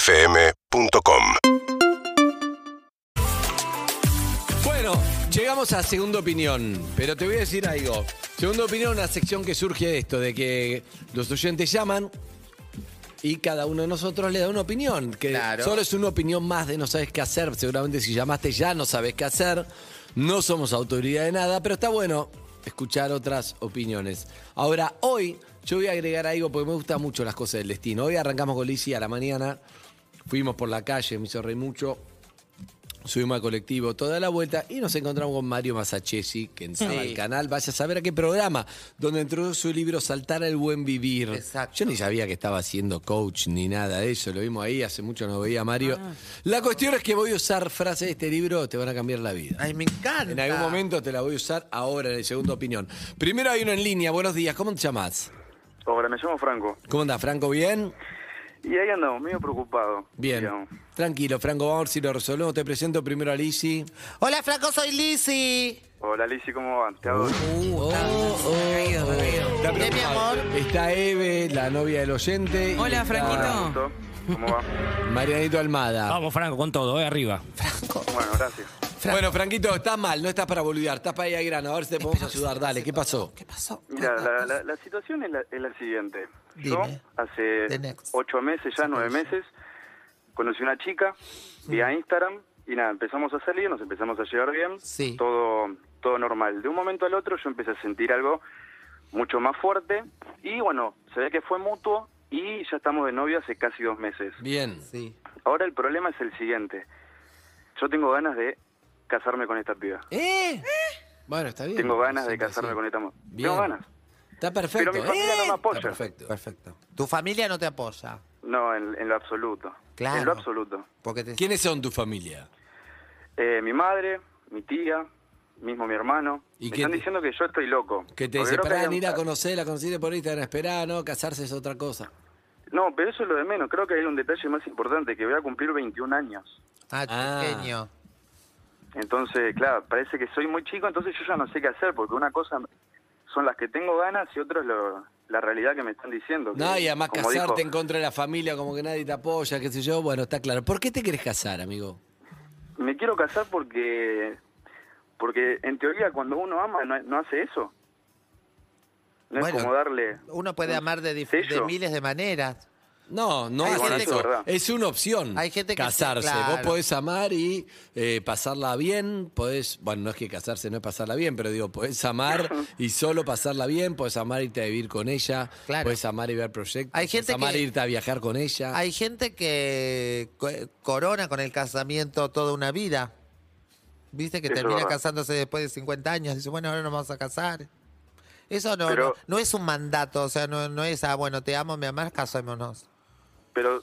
UrbanaPlayFM.com Bueno, llegamos a segunda opinión, pero te voy a decir algo. Segunda opinión, una sección que surge de esto, de que los oyentes llaman y cada uno de nosotros le da una opinión, que Claro. solo es una opinión más de no sabes qué hacer. Seguramente si llamaste ya no sabes qué hacer. No somos autoridad de nada, pero está bueno escuchar otras opiniones. Ahora, hoy yo voy a agregar algo porque me gustan mucho las cosas del destino. Hoy arrancamos con Lizzy a la mañana, fuimos por la calle, me hizo reír mucho. Subimos al colectivo toda la vuelta y nos encontramos con Mario Masachesi, que entraba al canal. Vaya a saber a qué programa, donde entró su libro Saltar al Buen Vivir. Exacto. Yo ni sabía que estaba siendo coach ni nada de eso. Lo vimos ahí, hace mucho no veía a Mario. Ah. La cuestión es que voy a usar frases de este libro, te van a cambiar la vida. Ay, me encanta. En algún momento te la voy a usar ahora en el segundo opinión. Primero hay uno en línea. Buenos días, ¿cómo te llamas? Hola, me llamo Franco. ¿Cómo andás, Franco? ¿Bien? Y ahí andamos, medio preocupado. Bien. digamos. Tranquilo, Franco, vamos a ver si lo resolvemos. Te presento primero a Lizzy. Hola, Franco, soy Lizzy. Hola, Lizzy, ¿cómo van? Te adoro. Está ¿Qué, mi amor? Está Eve, la novia del oyente. y Hola, está Franquito. ¿Todo? ¿Cómo va? Marianito Almada. Vamos, Franco, con todo, eh, arriba. Bueno, gracias. Bueno, Franquito, estás mal, no estás para boludear, estás para ir al grano. A ver si te Eh, podemos ayudar. Dale, ¿qué pasó? ¿Qué pasó? Mira, la, la- la situación es la, es la siguiente. Yo Dime. hace The next. ocho meses, ya nueve meses, conocí una chica vía Instagram y nada, empezamos a salir, nos empezamos a llevar bien, Sí. todo, todo normal. De un momento al otro yo empecé a sentir algo mucho más fuerte y bueno, se ve que fue mutuo y ya estamos de novio hace casi dos meses. Bien. Sí. Ahora el problema es el siguiente. Yo tengo ganas de casarme con esta piba. ¿Eh? Bueno, está bien. Tengo ganas de Siempre casarme así. con esta mujer. Bien. Tengo ganas. Está perfecto. Pero mi familia ¿eh? no me apoya. Está perfecto. Perfecto. Tu familia no te apoya. No, en, en lo absoluto. Claro. En lo absoluto. Porque te... ¿Quiénes son tu familia? Eh, mi madre, mi tía, mismo mi hermano. ¿Y me qué están te- diciendo que yo estoy loco. Que te Porque dice, creo pará, hay- ir a conocer, la conociste por Instagram, esperá, no, casarse es otra cosa. No, pero eso es lo de menos. Creo que hay un detalle más importante, que voy a cumplir 21 años. Ah, Ah. pequeño. Entonces, claro, parece que soy muy chico, entonces yo ya no sé qué hacer, porque una cosa son las que tengo ganas y otra es lo- la realidad que me están diciendo. que, No, y además como dijo- casarte en contra de la familia, como que nadie te apoya, qué sé yo. Bueno, está claro. ¿Por qué te querés casar, amigo? Me quiero casar porque porque en teoría cuando uno ama no, no hace eso. No Bueno, es como darle Uno puede un amar de, dif- sello. de miles de maneras. No, no Hay hace gente eso. que- verdad. Es una opción. Hay gente que- casarse. claro. Vos podés amar y eh, pasarla bien, podés, bueno, no es que casarse no es pasarla bien, pero digo, podés amar y solo pasarla bien, podés amar irte a vivir con ella, Claro. podés amar y ver proyectos, Hay gente podés amar e que- irte a viajar con ella. Hay gente que co- corona con el casamiento toda una vida. Viste que Eso es termina verdad. casándose después de 50 años. Dice, bueno, ahora nos vamos a casar. Eso no, Pero- no, no es un mandato. O sea, no, no es, ah, bueno, te amo, me amás, casémonos. pero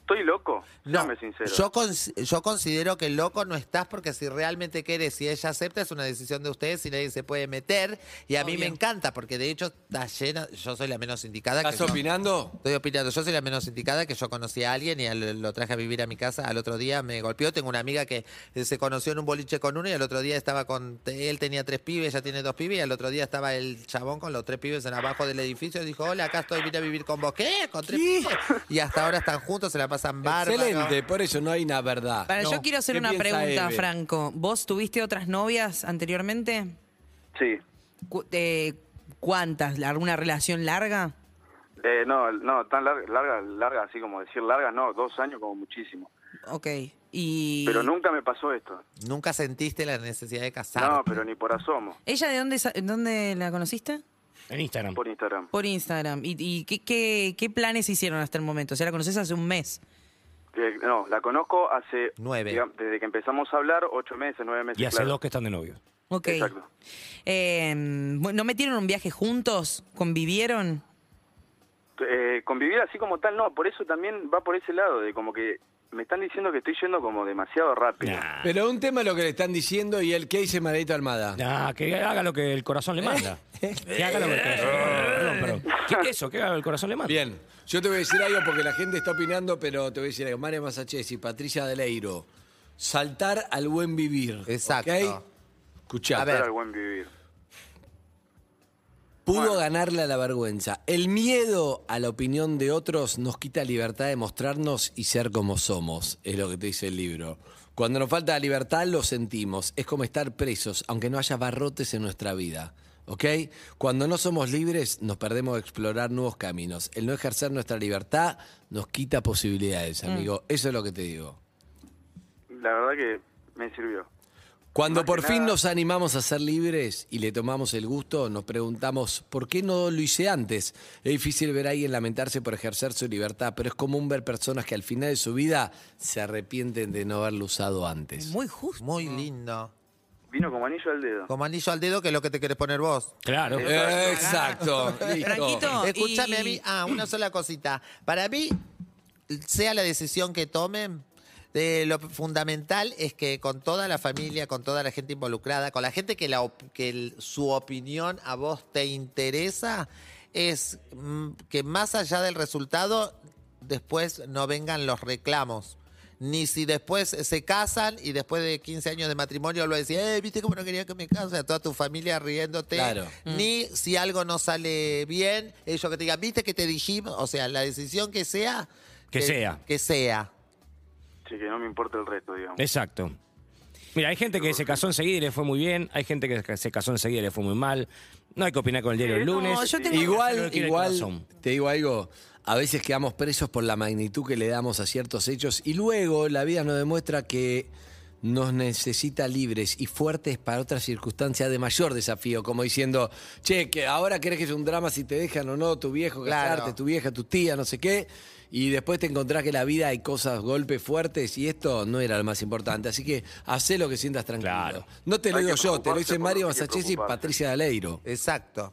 estoy loco, No, Dame sincero. Yo, cons- yo considero que loco no estás porque si realmente querés, si ella acepta, es una decisión de ustedes y nadie se puede meter. Y a mí me encanta porque de hecho está llena, yo soy la menos indicada. ¿Estás que yo- opinando? Estoy opinando, yo soy la menos indicada que yo conocí a alguien y al- lo traje a vivir a mi casa. Al otro día me golpeó. Tengo una amiga que eh, se conoció en un boliche con uno y al otro día estaba con. Él tenía tres pibes, ella tiene dos pibes y al otro día estaba el chabón con los tres pibes en abajo del edificio. y Dijo: Hola, acá estoy, vine a vivir con vos. ¿Qué? ¿Con tres ¿Qué? pibes? Y hasta ahora están juntos, se la pasan bárbaro. Excelente, por eso no hay una verdad. Para, No. yo quiero hacer ¿Qué una piensa pregunta, Eve? Franco. ¿Vos tuviste otras novias anteriormente? Sí. Cu- eh, ¿Cuántas? ¿Alguna relación larga? Eh, no, no, tan larga, larga, larga, así como decir larga, no, dos años como muchísimo. Ok. Y Pero nunca me pasó esto. Nunca sentiste la necesidad de casar. No, pero ni por asomo, ¿Ella de dónde, sa- dónde la conociste? En Instagram. por Instagram. Por Instagram. ¿Y, y qué, qué- qué planes hicieron hasta el momento? O sea, la conoces hace un mes. Eh, no, la conozco hace... Nueve. digamos, desde que empezamos a hablar, ocho meses, nueve meses. Y hace claro. dos que están de novios. Ok. Exacto. Eh, ¿No metieron un viaje juntos? ¿Convivieron? Eh, convivir así como tal, no, por eso también va por ese lado, de como que me están diciendo que estoy yendo como demasiado rápido. Nah, Pero un tema es lo que le están diciendo y el que dice Margarita Almada. nah, que haga lo que el corazón le manda. Que haga lo que el corazón le manda. Perdón, perdón. ¿Qué es eso? Que haga lo que el corazón le manda. Bien, yo te voy a decir algo porque la gente está opinando, pero te voy a decir algo. María Masachesi y Patricia Deleiro, saltar al buen vivir. Exacto. ¿ok? Escuchá. A ver. Para el buen vivir. Pudo Bueno. ganarle a la vergüenza. El miedo a la opinión de otros nos quita libertad de mostrarnos y ser como somos, es lo que te dice el libro. Cuando nos falta la libertad lo sentimos, es como estar presos, aunque no haya barrotes en nuestra vida. ¿Ok? Cuando no somos libres nos perdemos de explorar nuevos caminos. El no ejercer nuestra libertad nos quita posibilidades, amigo. Eso es lo que te digo. La verdad que me sirvió. Cuando Más que por fin nada- nos animamos a ser libres y le tomamos el gusto, nos preguntamos, ¿por qué no lo hice antes? Es difícil ver a alguien lamentarse por ejercer su libertad, pero es común ver personas que al final de su vida se arrepienten de no haberlo usado antes. Muy justo. Muy lindo. Vino como anillo al dedo. Como anillo al dedo, que es lo que te querés poner vos. Claro. Exacto. listo. Franquito. No, Escúchame y- a mí. Ah, una sola cosita. Para mí, sea la decisión que tomen, eh, lo fundamental es que con toda la familia, con toda la gente involucrada, con la gente que, la op- que el- su opinión a vos te interesa, es mm, que más allá del resultado, después no vengan los reclamos. Ni si después se casan y después de 15 años de matrimonio lo decís, eh, ¿viste cómo no quería que me case? A toda tu familia riéndote. Claro. Ni si algo no sale bien, ellos que te digan, ¿viste que te dijimos? O sea, la decisión que sea. Que sea. Que sea. Sí, que no me importa el resto, digamos. Exacto. Mira, hay gente que se casó enseguida y le fue muy bien, hay gente que se casó enseguida y le fue muy mal. No hay que opinar con el diario el No, lunes. yo tengo- Hacer lo Igual, que quiera el igual, corazón. te digo algo, a veces quedamos presos por la magnitud que le damos a ciertos hechos y luego la vida nos demuestra que nos necesita libres y fuertes para otras circunstancias de mayor desafío, como diciendo, che, que ahora crees que es un drama si te dejan o no, tu viejo, Claro. casarte, tu vieja, tu tía, no sé qué, y después te encontrás que en la vida hay cosas, golpes fuertes, y esto no era lo más importante, así que hacé lo que sientas tranquilo. Claro. No te lo Hay que digo yo, te lo preocuparse dice por Mario lo que hay que Masachesi y preocuparse. Patricia Daleiro. Exacto.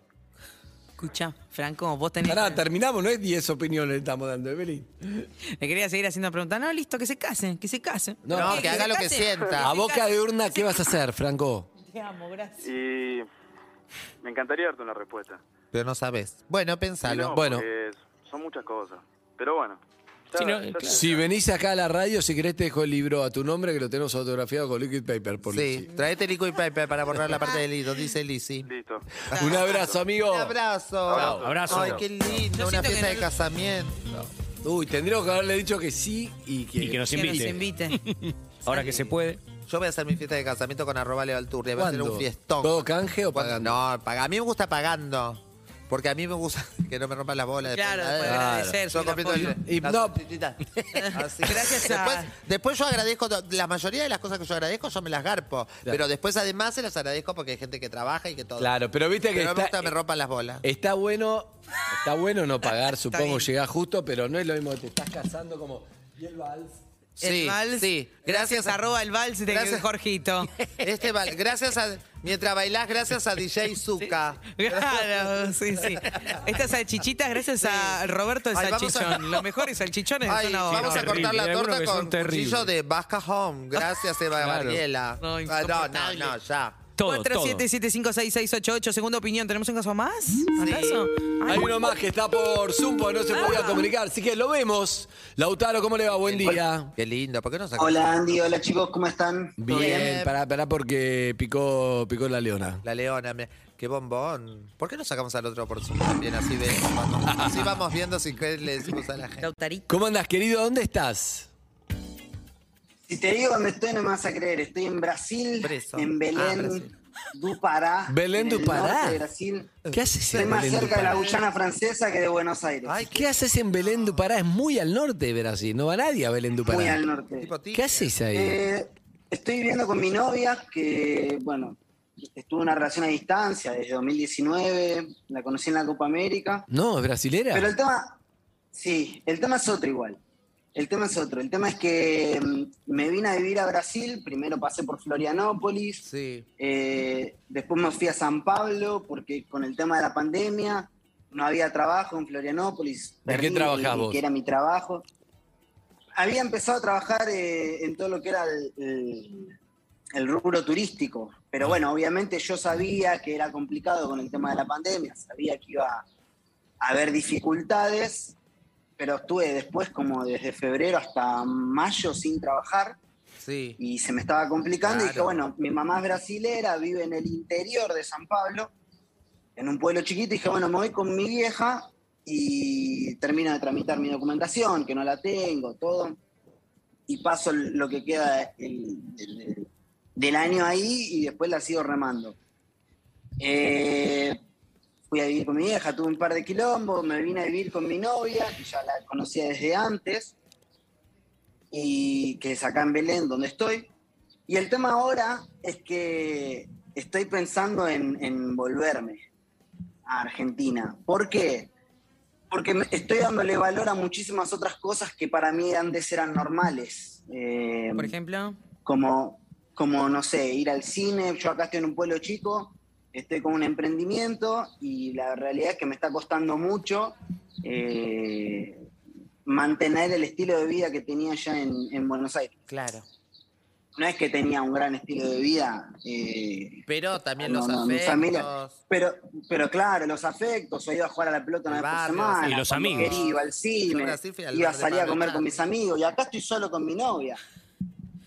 Escucha, Franco, vos tenés. este- Pará, terminamos, no es 10 opiniones que estamos dando, Evelyn. Me quería seguir haciendo preguntas. No, listo, que se casen, que se casen. No, ¿Por no, qué? que se haga lo que casen. sienta. A boca de urna, ¿qué vas a hacer, Franco? Te amo, gracias. Y me encantaría darte una respuesta. Pero no sabes. Bueno, pensalo. No, Bueno. porque Son muchas cosas. Pero bueno. ya- Sí, no, ya claro. se- Si venís acá a la radio, si querés te dejo el libro a tu nombre que lo tenemos autografiado con liquid paper por sí, traete liquid paper para borrar la parte del hilo, dice Lizzy. Listo. Luchi. Un abrazo, amigo. Un abrazo. Abrazo. Ay, qué lindo. Yo Una siento fiesta de que no- casamiento. Uy, tendríamos que haberle dicho que sí y que. Y que nos Que nos invite. invite. Ahora que se puede. Yo voy a hacer mi fiesta de casamiento con arroba Leo Alturria. Voy a hacer ¿Cuándo? un fiestón. ¿Todo canje o ¿Cuándo? pagando? No, paga. a mí me gusta pagando. Porque a mí me gusta que no me rompan las bolas. después. Claro, A ver. después agradecer. Yo el completo apoyo. el- Y la no. salchichita. Así. Gracias a- Después, después yo agradezco, to- la mayoría de las cosas que yo agradezco yo me las garpo. Pero después además se las agradezco porque hay gente que trabaja y que Eh, todo. Claro, pero viste que Pero me está, gusta me rompan las bolas. está bueno. Está bueno no pagar, supongo bien. llegar justo, pero no es lo mismo que te estás casando como. Y el vals. el vals. sí. Gracias, arroba el vals de Gracias. Jorgito. Este vals, gracias a. Mientras bailás, gracias a DJ Zuka. Claro, sí, sí. Estas salchichitas, gracias a Roberto el Ay, vamos a- Salchichón. Los mejores salchichones Ay, son ahora. vamos a Terrible, cortar la hay algunos torta que son con terribles. cuchillo de Vasca Home. Gracias, Eva Claro. Gabriela. No, Ah, no, no, insoportable. no, ya. Todo, todo. 47756688. Segunda opinión. ¿Tenemos un caso más? ¿Acaso? Ay, Hay uno más que está por Zoom porque no se podía comunicar, así que lo vemos. Lautaro, ¿cómo le va? Buen día. Qué lindo, ¿por qué no sacas Hola Andy, hola chicos, ¿cómo están? ¿Todo Bien, pará, pará porque picó, picó la leona. la leona? me- Qué bombón. ¿Por qué no sacamos al otro por su también? Así, de, así vamos viendo si qué le decimos a la gente. Lautarico. ¿Cómo andas, querido? ¿Dónde estás? Si te digo dónde estoy, no me vas a creer. Estoy en Brasil, Preso. en Ah, Belén Brasil. do Pará. Belén en do el Pará. norte de Brasil. ¿Qué haces Estoy en más Belén do cerca de la Pará? Guyana francesa que de Buenos Aires. Ay, ¿Qué haces en Belén do Pará? Es muy al norte de Brasil. No va nadie a Belén do muy Pará. al norte. Tipo ti. ¿Qué haces ahí? Eh, estoy viviendo con mi novia, que, bueno, estuvo en una relación a distancia desde 2019. La conocí en la Copa América. No, es brasilera. Pero el tema, sí, el tema es otro igual. El tema es otro. El tema es que mm, me vine a vivir a Brasil, primero pasé por Florianópolis, Sí. eh, después me fui a San Pablo porque con el tema de la pandemia no había trabajo en Florianópolis. ¿De qué Perdí trabajás el vos? Que era mi trabajo. Había empezado a trabajar eh, en todo lo que era el, el- el rubro turístico, pero bueno, obviamente yo sabía que era complicado con el tema de la pandemia, sabía que iba a haber dificultades, pero estuve después como desde febrero hasta mayo sin trabajar Sí. y se me estaba complicando y dije, Claro. bueno, mi mamá es brasilera, vive en el interior de San Pablo, en un pueblo chiquito, dije, bueno, me voy con mi vieja y termino de tramitar mi documentación, que no la tengo, todo, y paso el- lo que queda el- del- del año ahí y después la sigo remando. Eh, fui a vivir con mi vieja, tuve un par de quilombos, me vine a vivir con mi novia, que ya la conocía desde antes, y que es acá en Belén, donde estoy. Y el tema ahora es que estoy pensando en, en volverme a Argentina. ¿Por qué? Porque me- estoy dándole valor a muchísimas otras cosas que para mí antes eran normales. Eh, Por ejemplo. como, como, no sé, ir al cine. Yo acá estoy en un pueblo chico, estoy con un emprendimiento y la realidad es que me está costando mucho eh, mantener el estilo de vida que tenía ya en, en Buenos Aires. Claro. No es que tenía un gran estilo de vida, eh, Pero también No, los no, mi afectos. familia- pero, pero claro, los afectos, yo iba a jugar a la pelota una El vez por barrio, semana, y los cuando amigos. quería, iba al Yo cine, nací, fui al iba a bar de salir a Pablo comer con Chávez. mis amigos y acá estoy solo con mi novia.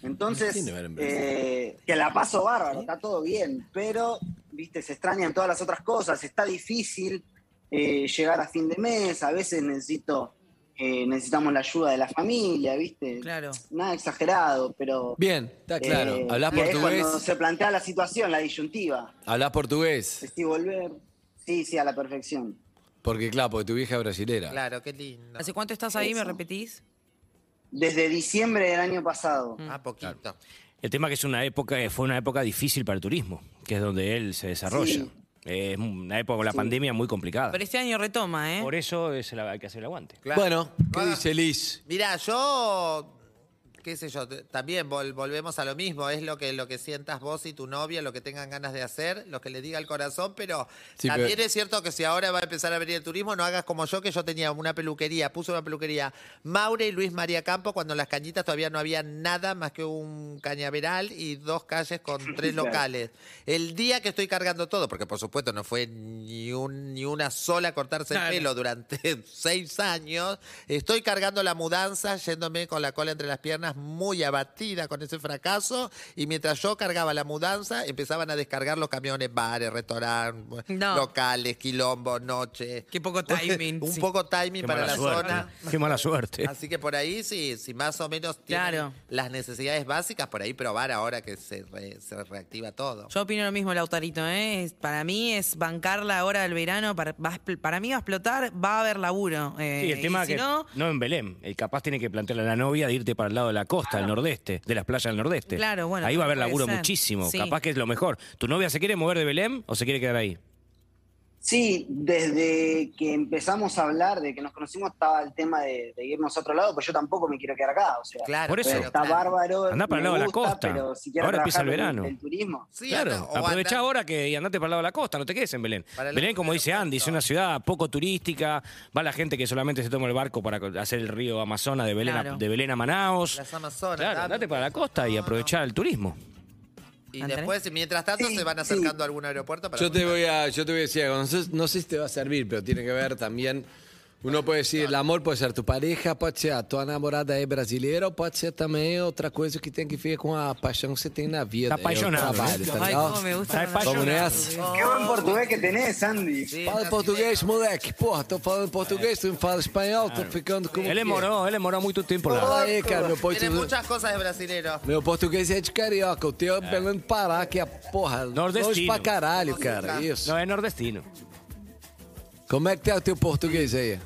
Entonces, No tiene ver en eh, que la paso bárbaro, está todo bien, pero, viste, se extrañan todas las otras cosas, está difícil eh, llegar a fin de mes, a veces necesito, eh, necesitamos la ayuda de la familia, viste. Claro. Nada exagerado, pero... Bien, está claro. eh, Hablás y ahí es portugués. Cuando se plantea la situación, la disyuntiva. Hablás portugués. Sí, volver. Sí, sí, a la perfección. Porque, claro, porque tu vieja es brasilera. Claro, qué lindo. ¿Hace cuánto estás ahí? ¿Me Eso. repetís? Desde diciembre del año pasado. Mm. Ah, poquito. El tema que es una época, eh, fue una época difícil para el turismo, que es donde él se desarrolla. Sí. Eh, es una época con la pandemia muy complicada. Pero este año retoma, ¿eh? Por eso es la- hay que hacer el aguante. Claro. Bueno, ¿qué Ah. dice Liz? Mira, yo, qué sé yo, t- también vol- volvemos a lo mismo, es lo que, lo que sientas vos y tu novia, lo que tengan ganas de hacer, lo que le diga el corazón, pero Sí, también pero- es cierto que si ahora va a empezar a venir el turismo, no hagas como yo, que yo tenía una peluquería, puse una peluquería Maure y Luis María Campo, cuando en las cañitas todavía no había nada más que un cañaveral y dos calles con tres Claro. locales. El día que estoy cargando todo, porque por supuesto no fue ni, un, ni una sola a cortarse el Claro. pelo, durante seis años. Estoy cargando la mudanza, yéndome con la cola entre las piernas, muy abatida con ese fracaso. Y mientras yo cargaba la mudanza, empezaban a descargar los camiones, bares, restaurantes, No. locales, quilombo, noche. Qué poco timing, Un sí. poco timing Qué para mala la suerte. zona. Qué mala suerte. Así que por ahí, sí, si más o menos tienen Claro. las necesidades básicas, por ahí probar ahora que se, re- se reactiva todo. Yo opino lo mismo, Lautarito, ¿eh? Es- Para mí es bancarla ahora del verano. Para, va a expl- para mí va a explotar, va a haber laburo. eh, Sí, el y tema si que no, no, en Belén. El capaz tiene que plantearle a la novia de irte para el lado de la costa, del nordeste, de las playas del nordeste. Claro, bueno, Ahí va a haber puede laburo ser. muchísimo. Sí. Capaz que es lo mejor. ¿Tu novia se quiere mover de Belén o se quiere quedar ahí? Sí, desde que empezamos a hablar, de que nos conocimos, estaba el tema de, de irnos a otro lado, pues yo tampoco me quiero quedar acá. O sea, Claro, Por eso. pero claro, está claro. bárbaro. Andá para el me lado de la gusta, costa. Pero si quiero Ahora empieza el trabajar verano. del- del turismo. Sí, anda- claro. o anda- Aprovechá ahora que y andate para el lado de la costa, no te quedes en Belén. Para el Belén, lado como del dice Andy, es aeropuerto. una ciudad poco turística. Va la gente que solamente se toma el barco para co- hacer el río Amazonas de Belén, a- Claro. de Belén a Manaos. Las Amazonas. Claro, dame. andate para la costa y No, aprovechá el turismo. Y Andrés. después, mientras tanto, Sí, se van sí. acercando a algún aeropuerto para Yo te volver. voy a, yo te voy a decir algo, no sé, no sé si te va a servir, pero tiene que ver también. Uno puede decir, el amor puede ser tu pareja, pode ser a tua namorada es brasileira, ou pode ser também outra coisa que tem que ver com a paixão que você tem na vida. Está apaixonado, É o trabalho, ¿eh? tá Ay, ligado? cómo me gusta. Está hablar. apasionado. Qué buen portugués que tenés, Andy. Fala Sí, brasileño. português, moleque. Porra, tô falando português, tu me fala espanhol, tô ficando como. Él que é. es moró, él es moró muito tiempo Fala lá. aí, cara, meu é Tiene português. muchas cosas de brasileño. Meu português é de carioca, o teu é Belém do Pará, que é porra. Longe Nordestino. pra caralho, Tá. cara. Isso. No, es nordestino. Como é que tá o teu português aí?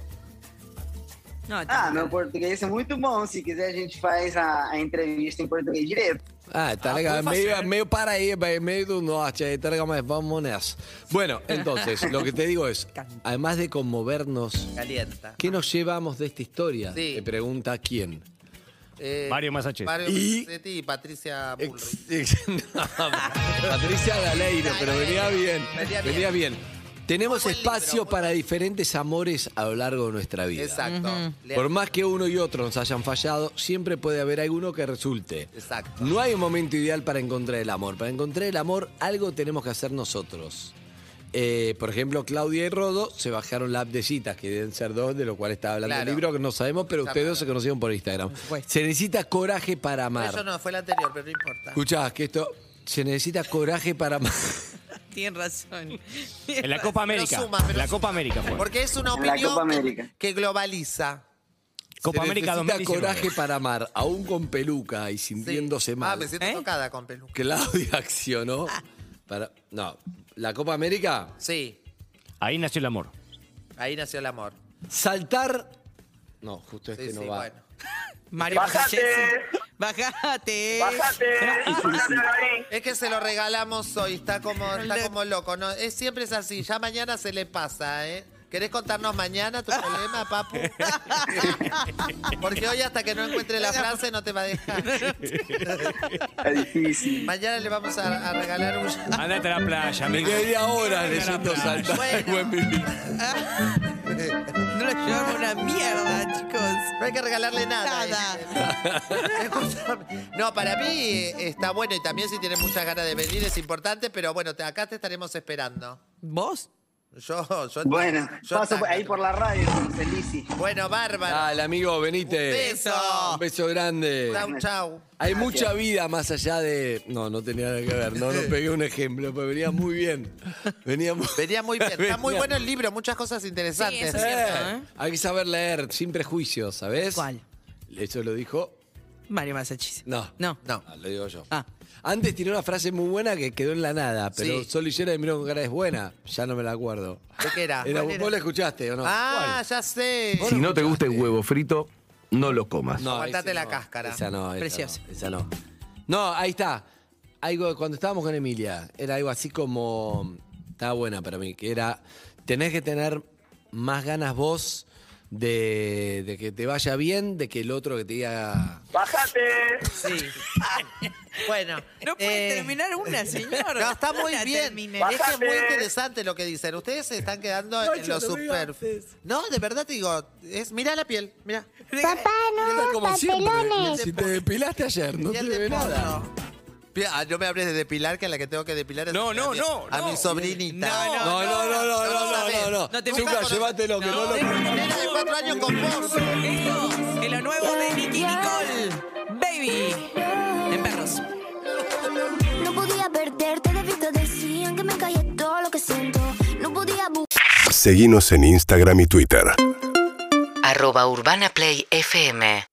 No, Ah, meu português é muito bom. Se quiser, a gente faz a, a entrevista em português direto. Ah, tá legal. É meio, é meio Paraíba, é meio do norte aí, tá legal, mas vamos nessa. Bueno, entonces, lo que te digo es, además de conmovernos, Calienta. ¿qué nos llevamos de esta historia? Sí. Te pregunta quién. Eh, Mario Massachetti. Mario Y- Massachetti y Patricia Bullrich. Ex- ex- no, Patricia Daleiro, pero venía bien. Venía bien. Venía bien. Tenemos Muy buen libro, espacio muy- para diferentes amores a lo largo de nuestra vida. Exacto. Le- Por más que uno y otro nos hayan fallado, siempre puede haber alguno que resulte. Exacto. No hay un momento ideal para encontrar el amor. Para encontrar el amor, algo tenemos que hacer nosotros. Eh, por ejemplo, Claudia y Rodo se bajaron la app de citas, que deben ser dos, de lo cual estaba hablando Claro. el libro, que no sabemos, pero Está ustedes dos raro. se conocieron por Instagram. supuesto. Se necesita coraje para amar. Eso no, fue la anterior, pero no importa. Escuchá, que esto. Se necesita coraje para amar. tienen razón. En la Copa América. Pero suma, pero la suma. Copa América fue. Porque es una En la opinión Copa que- América. que globaliza. Copa América necesita 2019. coraje para amar, aún con peluca y Sí. sintiéndose Ah, mal. me siento ¿Eh? tocada con peluca. Claudia accionó para... No, la Copa América, Sí, Ahí nació el amor. ahí nació el amor. saltar... No, justo este Sí, no sí, va. bueno. Mario Bajate. Jesse. Bajate. Bájate, bájate de ahí. Es que se lo regalamos hoy, está como, está como loco, ¿no? Es, siempre es así, ya mañana se le pasa, ¿eh? ¿Querés contarnos mañana tu problema, papu? Porque hoy hasta que no encuentre la frase no te va a dejar. Es difícil. Mañana le vamos a, a regalar un... Andate a la playa, amigo. Media hora Andate a la leyendo playa. saltar y buen vivir. No lo llevamos una mierda, chicos. No hay que regalarle nada. Nada. eh. Escúchame. No, para mí eh, está bueno y también si tienes muchas ganas de venir es importante, pero bueno, te- acá te estaremos esperando. ¿Vos? Yo, yo. Bueno, yo paso por- taca. ahí por la radio, entonces, Lisi. Bueno, Bárbara. Dale, amigo, venite. Un beso. Un beso grande. Chau, chau. Hay mucha vida más allá de. No, no tenía nada que ver. No, no pegué un ejemplo, pero venía muy bien. Venía muy, Venía muy bien. Está muy Venía- bueno el libro, muchas cosas Sí, interesantes. eso es cierto, ¿eh? Hay que saber leer sin prejuicios, ¿sabés? ¿Cuál? Eso lo dijo. Mario Masachis. No. No. No. Ah, lo digo yo. Ah. Antes tiró una frase muy buena que quedó en la nada, pero Sí. solo hicieron y miró con cara es buena. Ya no me la acuerdo. ¿De qué era? ¿Cuál era? ¿Vos la escuchaste o no? Ah, ya sé. Si no te gusta el huevo frito, no lo comas. No, Aguantate ese la no. cáscara. Esa no, esa Precioso. no, esa no. No, ahí está. Algo, cuando estábamos con Emilia, era algo así como. Estaba buena para mí, que era. Tenés que tener más ganas vos de, de que te vaya bien, de que el otro que te diga. Bájate. Sí. bueno. No puede eh, terminar una, señor. No, está muy La bien. terminé. Es que es muy Bájate. interesante lo que dicen. Ustedes se están quedando en lo lo veo super. No, de verdad te digo, es mirá la piel, mirá. Era como siempre. Si te depilaste ayer, no Piel te de ve nada. porno. Pi- ah, no me hables de depilar, que a la que tengo que depilar es No, no, a mi- no, A no. mi sobrinita. No, No, no, no, no, no, no no, sabés. no, no. No te Zucca, metas con- llévatelo, que no, No, lo. Nena de cuatro años con vos. Esto es lo nuevo de Nicky Nicole. Baby. En perros. No podía perderte de vista, decían que me callé todo lo que siento. No podía buscar. Seguinos en Instagram y Twitter. Arroba Urbana Play FM